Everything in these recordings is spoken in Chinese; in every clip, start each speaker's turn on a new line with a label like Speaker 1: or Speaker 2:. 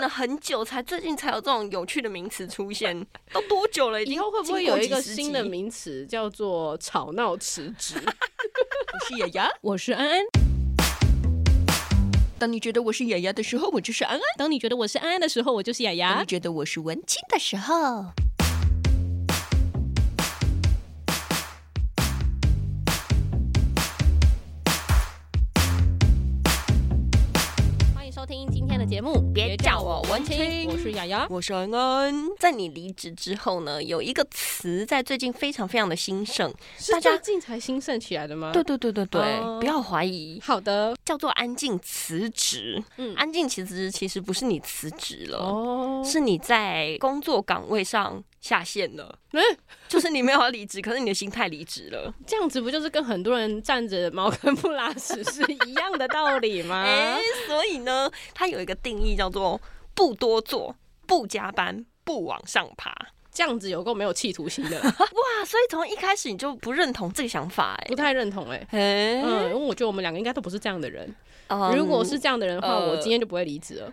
Speaker 1: 了很久，才最近才有这种有趣的名词出现，都多久了？已经
Speaker 2: 以后会不会有一个新
Speaker 1: 经过几十
Speaker 2: 的
Speaker 1: 集？
Speaker 2: 名词叫做“吵闹辞职
Speaker 1: 我 是雅雅，
Speaker 3: 我是安安。
Speaker 1: 当你觉得我是雅雅的时候，我就是安啊安；
Speaker 3: 当你觉得我是安安的时候，我就是雅
Speaker 1: 当
Speaker 3: 雅
Speaker 1: 你。觉得我是文青的时候，
Speaker 2: 嗯
Speaker 3: 欢迎收听今天的节目，
Speaker 1: 别叫我文青
Speaker 3: 我是雅雅。
Speaker 1: 我是安安。在你离职之后呢，有一个词在最近非常非常的兴盛，”，
Speaker 2: 是
Speaker 1: 大家
Speaker 2: 最近才兴盛起来的吗？
Speaker 1: 对，对对对对，
Speaker 2: 哦
Speaker 1: 呃不要怀疑，
Speaker 2: 好的，
Speaker 1: 叫做安静辞职。
Speaker 2: 嗯
Speaker 1: 安静辞职其实不是你辞职了，
Speaker 2: 哦，
Speaker 1: 是你在工作岗位上下线了，
Speaker 2: 嗯
Speaker 1: 就是你没有要离职，可是你的心态离职了。
Speaker 2: 这样子不就是跟很多人站着茅坑不拉屎是一样的道 理吗？
Speaker 1: 哎、所以呢，它有一个定义叫做不多做、不加班、不往上爬。
Speaker 2: 这样子有够没有企图心的啦，
Speaker 1: 哇，所以从一开始你就不认同这个想法哎、
Speaker 2: 不太认 同哎、
Speaker 1: 哎、
Speaker 2: 嗯，因为我觉得我们两个应该都不是这样的人。
Speaker 1: 嗯
Speaker 2: 如果是这样的人的话，
Speaker 1: 呃
Speaker 2: 我今天就不会离职了。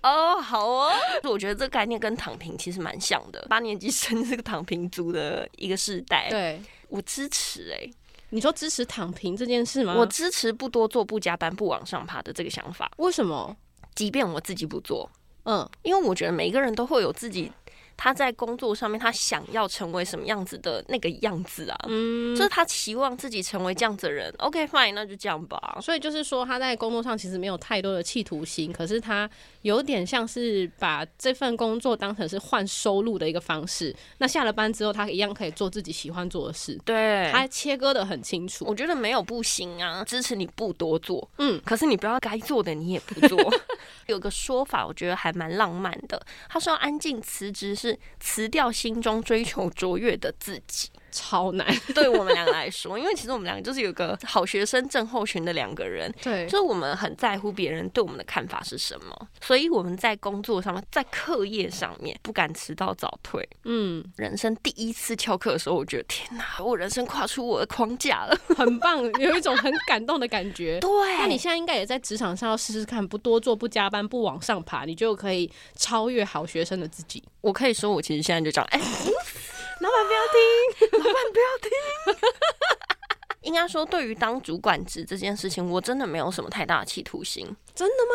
Speaker 1: 哦，好哦，我觉得这个概念跟躺平其实蛮像的。八年级生是个躺平族的一个世代，
Speaker 2: 对，
Speaker 1: 我支持哎、
Speaker 2: 你说支持躺平这件事吗？
Speaker 1: 我支持不多做、不加班、不往上爬的这个想法，
Speaker 2: 为什么？
Speaker 1: 即便我自己不做，
Speaker 2: 嗯，
Speaker 1: 因为我觉得每一个人都会有自己他在工作上面他想要成为什么样子的那个样子啊，
Speaker 2: 嗯
Speaker 1: 就是他期望自己成为这样子的人。OK fine，那就这样吧。
Speaker 2: 所以就是说，他在工作上其实没有太多的企图心，可是他有点像是把这份工作当成是换收入的一个方式。那下了班之后，他一样可以做自己喜欢做的事，
Speaker 1: 对哦
Speaker 2: 他切割的很清楚
Speaker 1: 我。觉得没有不行啊，支持你不多做，
Speaker 2: 嗯，
Speaker 1: 可是你不要该做的你也不做。 有个说法，我觉得还蛮浪漫的。他说，安静辞职是辞掉心中追求卓越的自己。
Speaker 2: 超 难。
Speaker 1: 对我们两个来说，因为其实我们两个就是有个好学生症候群的两个人，
Speaker 2: 对
Speaker 1: 就，是我们很在乎别人对我们的看法是什么，所以我们在工作上面，在课业上面不敢迟到早退。
Speaker 2: 嗯，
Speaker 1: 人生第一次翘课的时候，我觉得天哪，我人生跨出我的框架了。
Speaker 2: 很棒，有一种很感动的感觉。
Speaker 1: 对，
Speaker 2: 那你现在应该也在职场上要试试看，不多做、不加班、不往上爬，你就可以超越好学生的自己。
Speaker 1: 我可以说，我其实现在就 这样，哎、
Speaker 2: 老板不要听，
Speaker 1: 应该说，对于当主管职这件事情，我真的没有什么太大的企图心。
Speaker 2: 真的吗？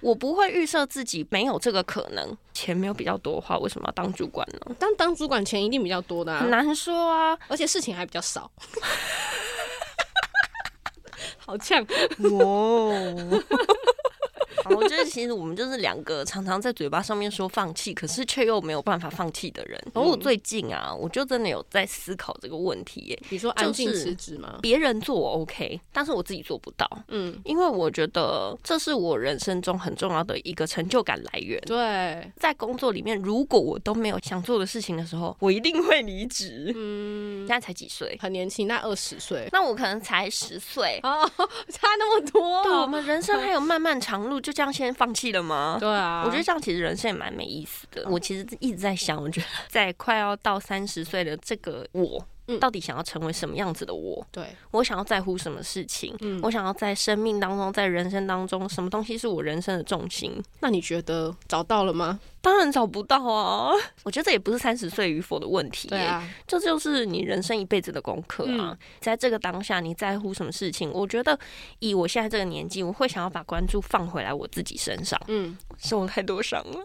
Speaker 1: 我不会预设自己没有这个可能，钱没有比较多的话，为什么要当主管呢？
Speaker 2: 但当主管钱一定比较多的、啊
Speaker 1: 很，难说啊。
Speaker 2: 而且事情还比较少。 好呛，
Speaker 1: 哦。 好我觉得其实我们就是两个常常在嘴巴上面说放弃，可是却又没有办法放弃的人。而我最近啊，我就真的有在思考这个问题耶。
Speaker 2: 你说安静辞职吗？
Speaker 1: 别人做我 OK，但是我自己做不到，
Speaker 2: 嗯，
Speaker 1: 因为我觉得这是我人生中很重要的一个成就感来源。
Speaker 2: 对，
Speaker 1: 在工作里面，如果我都没有想做的事情的时候，我一定会离职。
Speaker 2: 嗯，
Speaker 1: 现在才几岁，
Speaker 2: 很年轻，那二十岁
Speaker 1: 那我可能才十岁。
Speaker 2: 哦， 差那么多
Speaker 1: 对，我们人生还有漫漫长路，就这样先放弃了吗？
Speaker 2: 啊对啊，嗯
Speaker 1: 我觉得这样其实人生也蛮没意思的。我其实一直在想，我觉得在快要到三十岁的这个我，
Speaker 2: 嗯
Speaker 1: 到底想要成为什么样子的我？
Speaker 2: 对，
Speaker 1: 我想要在乎什么事情？
Speaker 2: 嗯
Speaker 1: 我想要在生命当中，在人生当中，什么东西是我人生的重心？
Speaker 2: 那你觉得找到了吗？
Speaker 1: 当然找不到啊！ 我觉得这也不是三十岁与否的问题、
Speaker 2: 对啊，
Speaker 1: 这就是你人生一辈子的功课啊！
Speaker 2: 嗯
Speaker 1: 在这个当下，你在乎什么事情？我觉得以我现在这个年纪，我会想要把关注放回来我自己身上。
Speaker 2: 嗯，
Speaker 1: 受太多伤 了。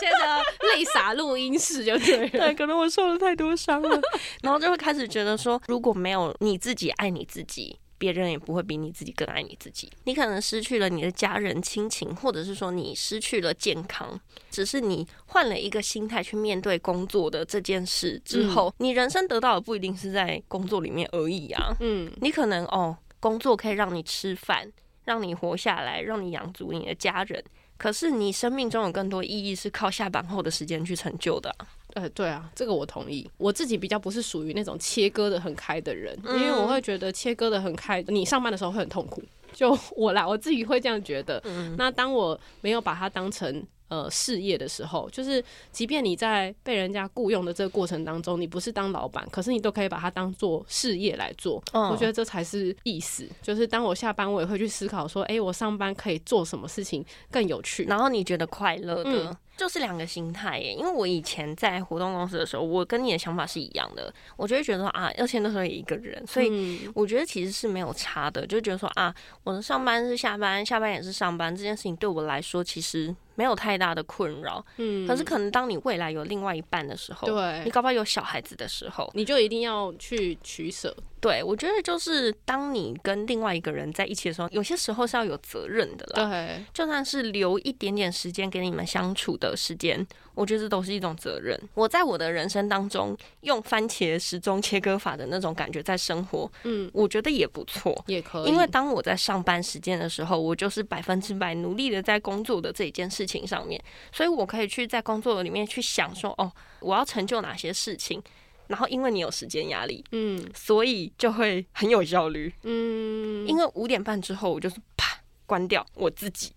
Speaker 2: 现在的泪洒录音室就对 了。
Speaker 1: 对，可能我受了太多伤了，然后就会开始觉得说，如果没有你自己爱你自己，别人也不会比你自己更爱你自己。你可能失去了你的家人、亲情，或者是说你失去了健康，只是你换了一个心态去面对工作的这件事之后，你人生得到的不一定是在工作里面而已啊。
Speaker 2: 嗯，
Speaker 1: 你可能哦，工作可以让你吃饭，让你活下来，让你养足你的家人。可是你生命中有更多意义是靠下班后的时间去成就的啊、
Speaker 2: 呃，对啊，这个我同意。我自己比较不是属于那种切割的很开的人，因
Speaker 1: 嗯
Speaker 2: 为我会觉得切割的很开，你上班的时候
Speaker 1: 嗯
Speaker 2: 会很痛苦。就我啦，我自己会这样觉得。那当我没有把它当成。呃事业的时候，就是即便你在被人家雇佣的这个过程当中，你不是当老板，可是你都可以把它当做事业来做。
Speaker 1: 嗯
Speaker 2: 我觉得这才是意思。就是当我下班，我也会去思考说，诶，我上班可以做什么事情更有趣？
Speaker 1: 然后你觉得快乐的，
Speaker 2: 嗯
Speaker 1: 就是两个心态耶。因为我以前在活动公司的时候，我跟你的想法是一样的，我就会觉得说啊，而且那时候也一个人，所以
Speaker 2: 以
Speaker 1: 我觉得其实是没有差的，就觉得说啊，我的上班是下班，下班也是上班，这件事情对我来说其实没有太大的困扰。
Speaker 2: 嗯
Speaker 1: 可是可能当你未来有另外一半的时候，
Speaker 2: 对
Speaker 1: 你搞不好有小孩子的时候，
Speaker 2: 你就一定要去取舍。
Speaker 1: 对我觉得就是当你跟另外一个人在一起的时候，有些时候是要有责任的啦。
Speaker 2: 对，
Speaker 1: 就算是留一点点时间给你们相处的时间，我觉得这都是一种责任。我在我的人生当中用番茄时钟切割法的那种感觉在生活，
Speaker 2: 嗯，
Speaker 1: 我觉得也不错。
Speaker 2: 也可以，
Speaker 1: 因为当我在上班时间的时候，我就是百分之百努力的在工作的这一件事情上面，所以我可以去在工作里面去想说，哦，我要成就哪些事情。然后，因为你有时间压力，
Speaker 2: 嗯
Speaker 1: 所以就会很有效率。
Speaker 2: 嗯，
Speaker 1: 因为五点半之后，我就是啪关掉我自己，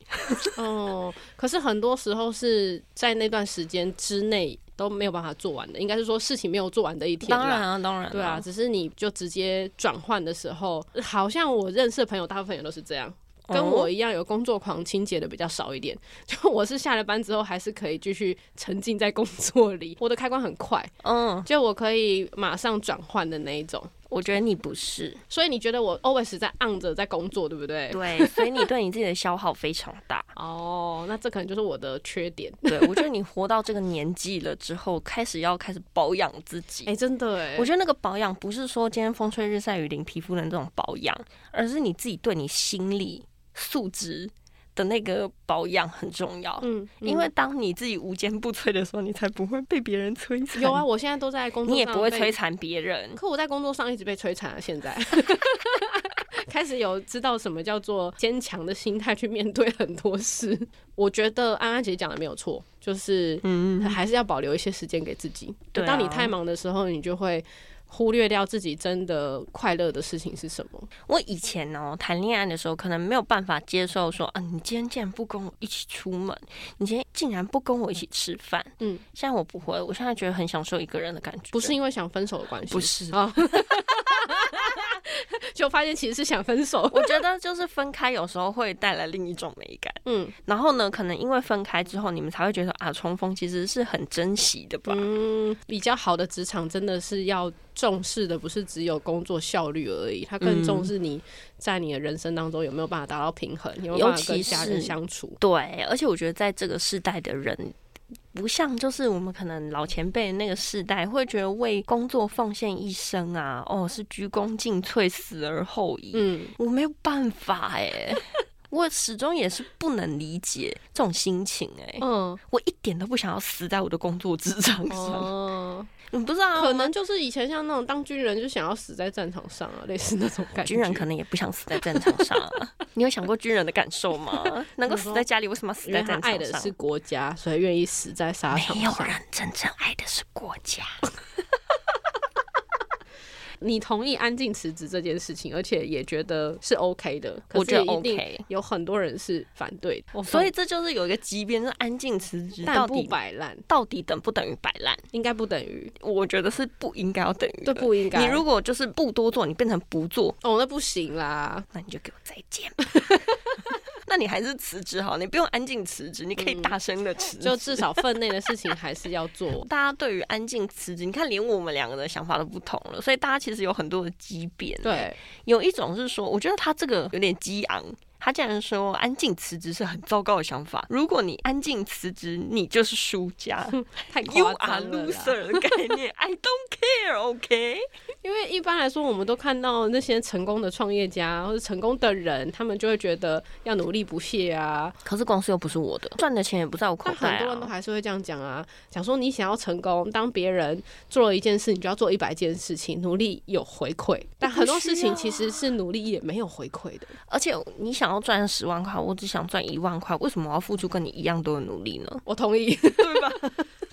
Speaker 2: 哦，可是很多时候是在那段时间之内都没有办法做完的，应该是说事情没有做完的一天。
Speaker 1: 当然。啊，当然、
Speaker 2: 对啊，，只是你就直接转换的时候，好像我认识的朋友大部分也都是这样，跟
Speaker 1: 哦
Speaker 2: 我一样有工作狂情节的比较少一点。 就我是下了班之后还是可以继续沉浸在工作里， 我的开关很快，
Speaker 1: 嗯，
Speaker 2: 就我可以马上转换的那一种。
Speaker 1: 我觉得你不是，
Speaker 2: 所以你觉得我 always 在 on 着在工作，对不对？
Speaker 1: 对，所以你对你自己的消耗非常大。
Speaker 2: 哦，那这可能就是我的缺点。
Speaker 1: 对我觉得你活到这个年纪了之后，开始要开始保养自己。
Speaker 2: 哎、真的哎，
Speaker 1: 我觉得那个保养不是说今天风吹日晒雨淋皮肤的那种保养，而是你自己对你心理素质的那个保养很重要。
Speaker 2: 嗯，
Speaker 1: 因 为当你自己无坚不摧的时候，你才不会被别人摧残。
Speaker 2: 有啊，，我现在都在工作，
Speaker 1: 你也不会摧。残别人。
Speaker 2: 可我在工作上一直被摧残啊，现在开始有知道什么叫做坚强的心态去面对很多事。我觉得安安姐讲的没有错，就是
Speaker 1: 嗯，
Speaker 2: 还是要保留一些时间给自己。
Speaker 1: 对啊
Speaker 2: 当你太忙的时候，你就会忽略掉自己真的快乐的事情是什么。
Speaker 1: 我以前哦谈恋爱的时候，可能没有办法接受说啊，你今天竟然不跟我一起出门，你今天竟然不跟我一起吃饭。
Speaker 2: 嗯，
Speaker 1: 现在我不会，我现在觉得很享受一个人的感觉。
Speaker 2: 不是因为想分手的关系，
Speaker 1: 不是
Speaker 2: 啊。 就发现其实是想分手，
Speaker 1: 我觉得就是分开有时候会带来另一种美感。
Speaker 2: 嗯
Speaker 1: 然后呢，可能因为分开之后，你们才会觉得啊，重逢其实是很珍惜的吧。
Speaker 2: 嗯，比较好的职场真的是要重视的，不是只有工作效率而已，它
Speaker 1: 嗯
Speaker 2: 更重视你在你的人生当中有没有办法达到平衡，有没有办法跟家人相处。
Speaker 1: 对，而且我觉得在这个世代的人，不像就是我们可能老前辈那个世代，会觉得为工作奉献一生啊，哦，是鞠躬尽瘁，死而后已。
Speaker 2: 嗯，
Speaker 1: 我没有办法哎、 我始终也是不能理解这种心情哎、
Speaker 2: 嗯，
Speaker 1: 我一点都不想要死在我的工作职场上。
Speaker 2: 哦，
Speaker 1: 你不知道啊，
Speaker 2: 可能就是以前像那种当军人就想要死在战场上啊，类似那种感觉。
Speaker 1: 军人可能也不想死在战场上啊。 你有想过军人的感受 吗？能够死在家里，为什么要死
Speaker 2: 因
Speaker 1: 在
Speaker 2: 为他
Speaker 1: 战场上？
Speaker 2: 爱的是国家，所以愿意死在沙场
Speaker 1: 没有啊
Speaker 2: 上。
Speaker 1: 人真正爱的是国家。
Speaker 2: 你同意安静辞职这件事情，而且也觉得是 OK 的，可
Speaker 1: 我
Speaker 2: 是
Speaker 1: 觉得
Speaker 2: 一定
Speaker 1: OK
Speaker 2: 有很多人是反对的，
Speaker 1: 所以这就是有一个级别，就是安静辞职到
Speaker 2: 但不
Speaker 1: 底
Speaker 2: 摆烂
Speaker 1: 到底等不等于摆烂？
Speaker 2: 应该不等于
Speaker 1: 我觉得是不应该要等于
Speaker 2: 对，
Speaker 1: 的。
Speaker 2: 不应该。
Speaker 1: 你如果就是不多做，你变成不做，
Speaker 2: 哦，那不行啦，
Speaker 1: 那你就给我再见 吧。那你还是辞职好，你不用安静辞职，你可以大声的辞 职。。
Speaker 2: 嗯就至少分内的事情还是要做
Speaker 1: 大家对于安静辞职，你看连我们两个的想法都不同了，所以大家其实有很多的畸变。，
Speaker 2: 对，
Speaker 1: 有一种是说，我觉得他这个有点激昂。他竟然说安静辞职是很糟糕的想法。如果你安静辞职，你就是输 家。
Speaker 2: 太
Speaker 1: You
Speaker 2: 夸
Speaker 1: are
Speaker 2: 张了啦。
Speaker 1: loser 的概 念，I don't care, OK？
Speaker 2: 因为一般来说，我们都看到那些成功的创业家或者成功的人，他们就会觉得要努力不懈啊。
Speaker 1: 可是公司又不是我的，赚的钱也不在我口
Speaker 2: 但
Speaker 1: 袋
Speaker 2: 很多人都
Speaker 1: 啊。
Speaker 2: 还是会这样讲啊，讲说你想要成功，当别人做了一件事，你就要做一百件事情，努力有回馈。但很多事情其实是努力也没有回馈的。
Speaker 1: 而且你想要赚十 万块，我只想赚一万块，为什么我要付出跟你一样多的努力呢？
Speaker 2: 我同意，
Speaker 1: 对吧？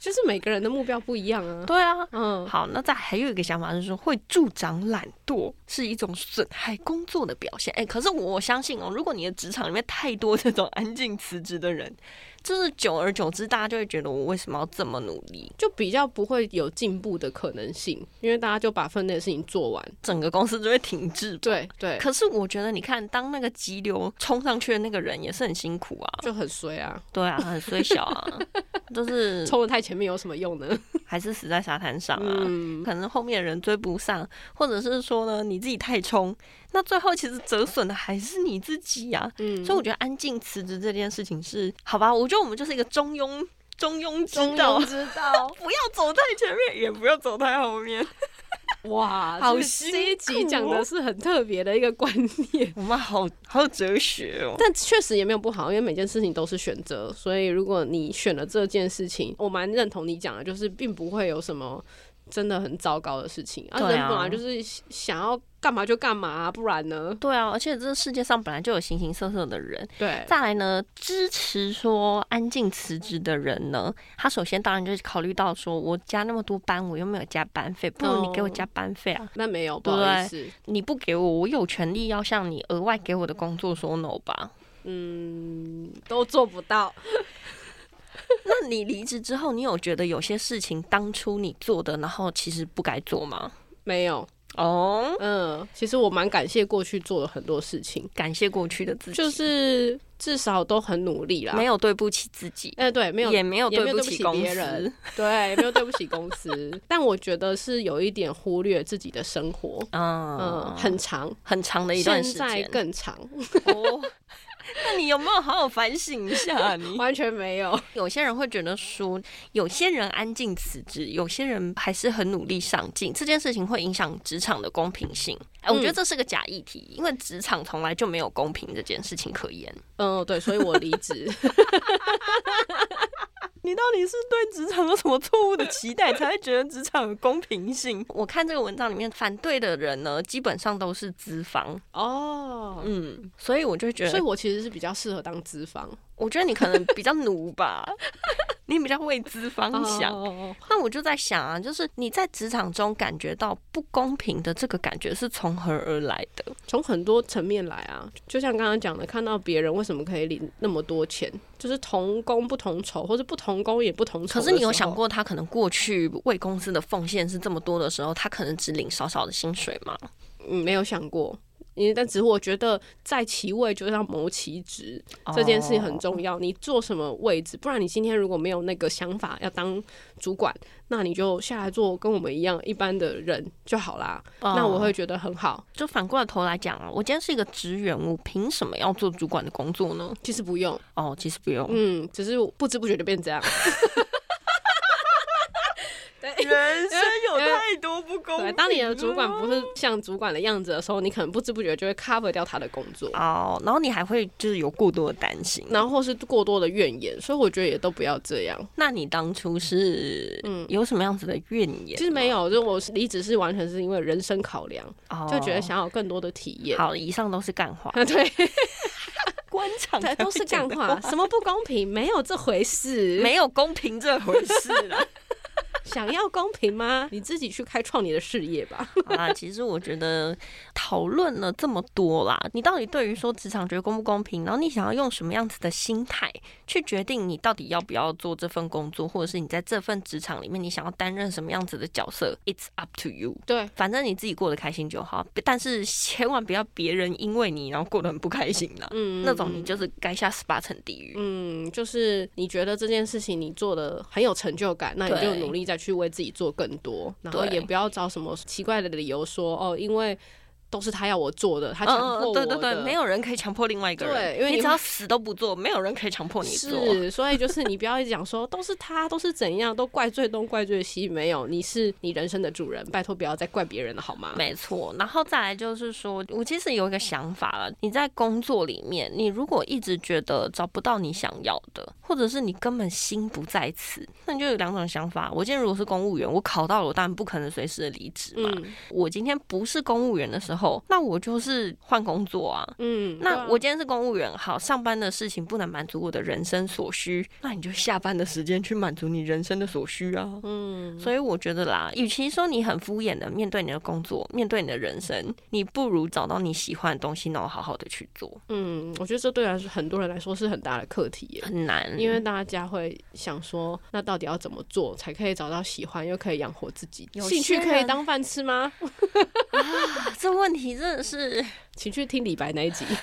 Speaker 2: 就是每个人的目标不一样啊。
Speaker 1: 对啊，
Speaker 2: 嗯，
Speaker 1: 好，那再还有一个想法是说，会助长懒惰是一种损害工作的表现。哎、可是我相信哦，如果你的职场里面太多这种安静辞职的人，就是久而久之，大家就会觉得我为什么要这么努力？
Speaker 2: 就比较不会有进步的可能性，因为大家就把分内的事情做完。
Speaker 1: 整个公司就会停滞。
Speaker 2: 对对，
Speaker 1: 可是我觉得，你看，当那个急流冲上去的那个人也是很辛苦啊，
Speaker 2: 就很衰啊，
Speaker 1: 对啊，很虽小啊， 就是
Speaker 2: 冲的太前面有什么用呢？
Speaker 1: 还是死在沙滩上嗯啊。
Speaker 2: 嗯，
Speaker 1: 可能后面的人追不上，或者是说呢你自己太冲，那最后其实折损的还是你自己呀、
Speaker 2: 嗯
Speaker 1: 所以我觉得安静辞职这件事情是好吧，我觉得我们就是一个中庸中庸之
Speaker 2: 中
Speaker 1: 道
Speaker 2: 庸，之道，
Speaker 1: 不要走太前面，也不要走太后面。
Speaker 2: 哇，
Speaker 1: 好
Speaker 2: 这个
Speaker 1: 辛
Speaker 2: 这一集
Speaker 1: 苦
Speaker 2: 讲的
Speaker 1: 哦
Speaker 2: 是很特别的一个观念。
Speaker 1: 我们好好有哲学哦。
Speaker 2: 但确实也没有不好，因为每件事情都是选择，所以如果你选了这件事情，我蛮认同你讲的，就是并不会有什么真的很糟糕的事情。
Speaker 1: 对啊
Speaker 2: 人本来就是想要干嘛就干嘛、不然呢？
Speaker 1: 对啊，而且这世界上本来就有形形色色的人。
Speaker 2: 对，
Speaker 1: 再来呢，支持说安静辞职的人呢，他首先当然就是考虑到说，我加那么多班，我又没有加班费，不如你给我
Speaker 2: 哦
Speaker 1: 加班费啊。
Speaker 2: 那没有，不
Speaker 1: 对
Speaker 2: 好意思，
Speaker 1: 你不给我，我有权利要向你额外给我的工作说 no 吧？
Speaker 2: 嗯，都做不到。
Speaker 1: 那你离职之后，你有觉得有些事情当初你做的，然后其实不该做吗？
Speaker 2: 没有，
Speaker 1: 哦，
Speaker 2: 嗯，其实我蛮感谢过去做了很多事情，
Speaker 1: 感谢过去的自己，
Speaker 2: 就是至少都很努力啦。
Speaker 1: 没有对不起自己，
Speaker 2: 哎、对，没有
Speaker 1: 也没有
Speaker 2: 也没有
Speaker 1: 不
Speaker 2: 对不起
Speaker 1: 公
Speaker 2: 别
Speaker 1: 司
Speaker 2: 人。 对，没有对不起公司，但我觉得是有一点忽略自己的生活，
Speaker 1: 嗯
Speaker 2: 嗯、很长，
Speaker 1: 很长的一段
Speaker 2: 现
Speaker 1: 时
Speaker 2: 在
Speaker 1: 间。
Speaker 2: 更长，
Speaker 1: 哦， 那你有没有好好反省一下啊你？
Speaker 2: 完全没有。
Speaker 1: 有些人会觉得说，有些人安静辞职，有些人还是很努力上进，这件事情会影响职场的公平性。哎、我觉得
Speaker 2: 嗯
Speaker 1: 这是个假议题，因为职场从来就没有公平这件事情可言。
Speaker 2: 嗯，对，所以我离职。
Speaker 1: 你到底是对职场有什么错误的期待，才会觉得职场有公平性？ 我看这个文章里面反对的人呢，基本上都是资方，
Speaker 2: 哦，
Speaker 1: 嗯，所以我就觉
Speaker 2: 所以
Speaker 1: 得，
Speaker 2: 我其实是比较适合当资方。
Speaker 1: 我觉得你可能比较奴吧， 你比较为资方想。
Speaker 2: 哦
Speaker 1: 那我就在想啊，就是你在职场中感觉到不公平的这个感觉是从何而来的？
Speaker 2: 从很多层面来啊，就像刚刚讲的，看到别人为什么可以领那么多钱，就是同工不同酬，或者不同工也不同酬。
Speaker 1: 可是你有想？过，他可能过去为公司的奉献是这么多的时候，他可能只领少少的薪水嘛？
Speaker 2: 嗯，没有想过。因为但只是我觉得在其位就是要谋其职，
Speaker 1: 哦
Speaker 2: 这件事情很重要。你做什么位置，不然你今天如果没有那个想法要当主管，那你就下来做跟我们一样一般的人就好啦。
Speaker 1: 哦
Speaker 2: 那我会觉得很好。
Speaker 1: 就反过来头来讲啊，我今天是一个职员，我凭什么要做主管的工作呢？
Speaker 2: 其实不用，
Speaker 1: 哦，其实不 用，
Speaker 2: 嗯，只是不知不觉就变这样。
Speaker 1: 人生有
Speaker 2: 因为
Speaker 1: 多不公
Speaker 2: 对，当你的主管不是像主管的样子的时候，你可能不知不觉就会 cover 掉他的工作，
Speaker 1: 哦，然后你还会就是有过多的担心。那
Speaker 2: 然后或是过多的怨言，所以我觉得也都不要这样。
Speaker 1: 那你当初是
Speaker 2: 嗯
Speaker 1: 有什么样子的怨言吗？
Speaker 2: 其实没有，就我离职是完全是因为人生考量，
Speaker 1: 哦，
Speaker 2: 就觉得想要有更多的体验。
Speaker 1: 好，以上都是干话，
Speaker 2: 啊， 对。
Speaker 1: 官场
Speaker 2: 对，
Speaker 1: 才
Speaker 2: 都
Speaker 1: 会
Speaker 2: 是
Speaker 1: 讲
Speaker 2: 干
Speaker 1: 的
Speaker 2: 话，什么不公平？没有这回 事。
Speaker 1: 没有公平这回事 啦。
Speaker 2: 想要公平吗？你自己去开创你的事业吧。
Speaker 1: 好啦，其实我觉得讨论了这么多啦，你到底对于说职场觉得公不公平，然后你想要用什么样子的心态去决定你到底要不要做这份工作，或者是你在这份职场里面你想要担任什么样子的角色，It's up to you。
Speaker 2: 对，
Speaker 1: 反正你自己过得开心就好，但是千万不要别人因为你然后过得很不开心啦。
Speaker 2: 嗯
Speaker 1: 那种你就是该下十八层地狱。
Speaker 2: 嗯，就是你觉得这件事情你做的很有成就感，那你就
Speaker 1: 对
Speaker 2: 努力再去为自己做更多，然后
Speaker 1: 对
Speaker 2: 也不要找什么奇怪的理由说哦，因为都是他要我做的，他强迫
Speaker 1: 嗯嗯
Speaker 2: 我
Speaker 1: 对
Speaker 2: 的。
Speaker 1: 对对，没有人可以强迫另外一个人，
Speaker 2: 对因为
Speaker 1: 你
Speaker 2: 你
Speaker 1: 只要死都不做，没有人可以强迫你做。
Speaker 2: 是，所以就是你不要一直讲说都是他，都是怎样，都怪罪东怪罪西，没有，你是你人生的主人，拜托不要再怪别人了好吗？
Speaker 1: 没错，然后再来就是说，我其实有一个想法了。你在工作里面，你如果一直觉得找不到你想要的，或者是你根本心不在此，那你就有两种想法。我今天如果是公务员，我考到了，我当然不可能随时的离职嘛。
Speaker 2: 嗯，
Speaker 1: 我今天不是公务员的时后，那我就是换工作啊。
Speaker 2: 嗯，
Speaker 1: 那我今天是公务员，好，上班的事情不能满足我的人生所需，那你就下班的时间去满足你人生的所需啊。
Speaker 2: 嗯，
Speaker 1: 所以我觉得啦，与其说你很敷衍的面对你的工作，面对你的人生，你不如找到你喜欢的东西，然后好好的去做。
Speaker 2: 嗯，我觉得这对来说很多人来说是很大的课题耶，
Speaker 1: 很难，
Speaker 2: 因为大家会想说，那到底要怎么做才可以找到喜欢又可以养活自己？
Speaker 1: 有些
Speaker 2: 兴趣可以
Speaker 1: 人
Speaker 2: 当饭吃吗？
Speaker 1: 啊这问题真的是，
Speaker 2: 请去听李白那一集。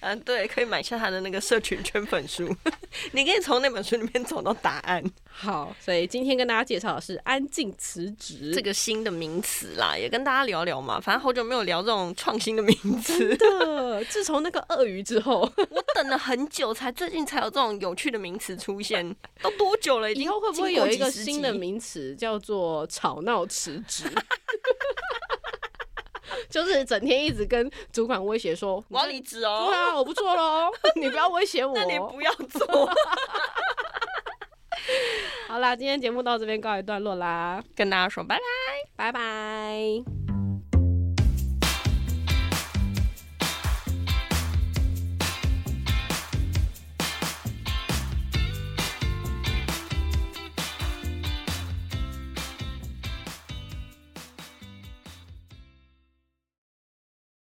Speaker 1: 嗯，对，可以买下他的那个社群圈粉书， 你可以从那本书里面找到答案。
Speaker 2: 好，所以今天跟大家介绍的是安静辞职。
Speaker 1: 这个新的名词啦，也跟大家聊聊嘛。反正好久没有聊这种创新的名词，
Speaker 2: 的，自从那个鳄鱼之后，
Speaker 1: 我等了很久才最近才有这种有趣的名词出 现，都多久了？已经
Speaker 2: 以后会不会
Speaker 1: 经过
Speaker 2: 有一个
Speaker 1: 几十
Speaker 2: 新的
Speaker 1: 集？
Speaker 2: 名词叫做“吵闹辞职”？ 就是整天一直跟主管威胁说：“
Speaker 1: 我要离职哦
Speaker 2: 对。啊，我不做喽， 你不要威胁我
Speaker 1: 那。你不要 做，”
Speaker 2: 好啦，今天节目到这边告一段落啦，
Speaker 1: 跟大家说拜拜。
Speaker 2: 拜拜。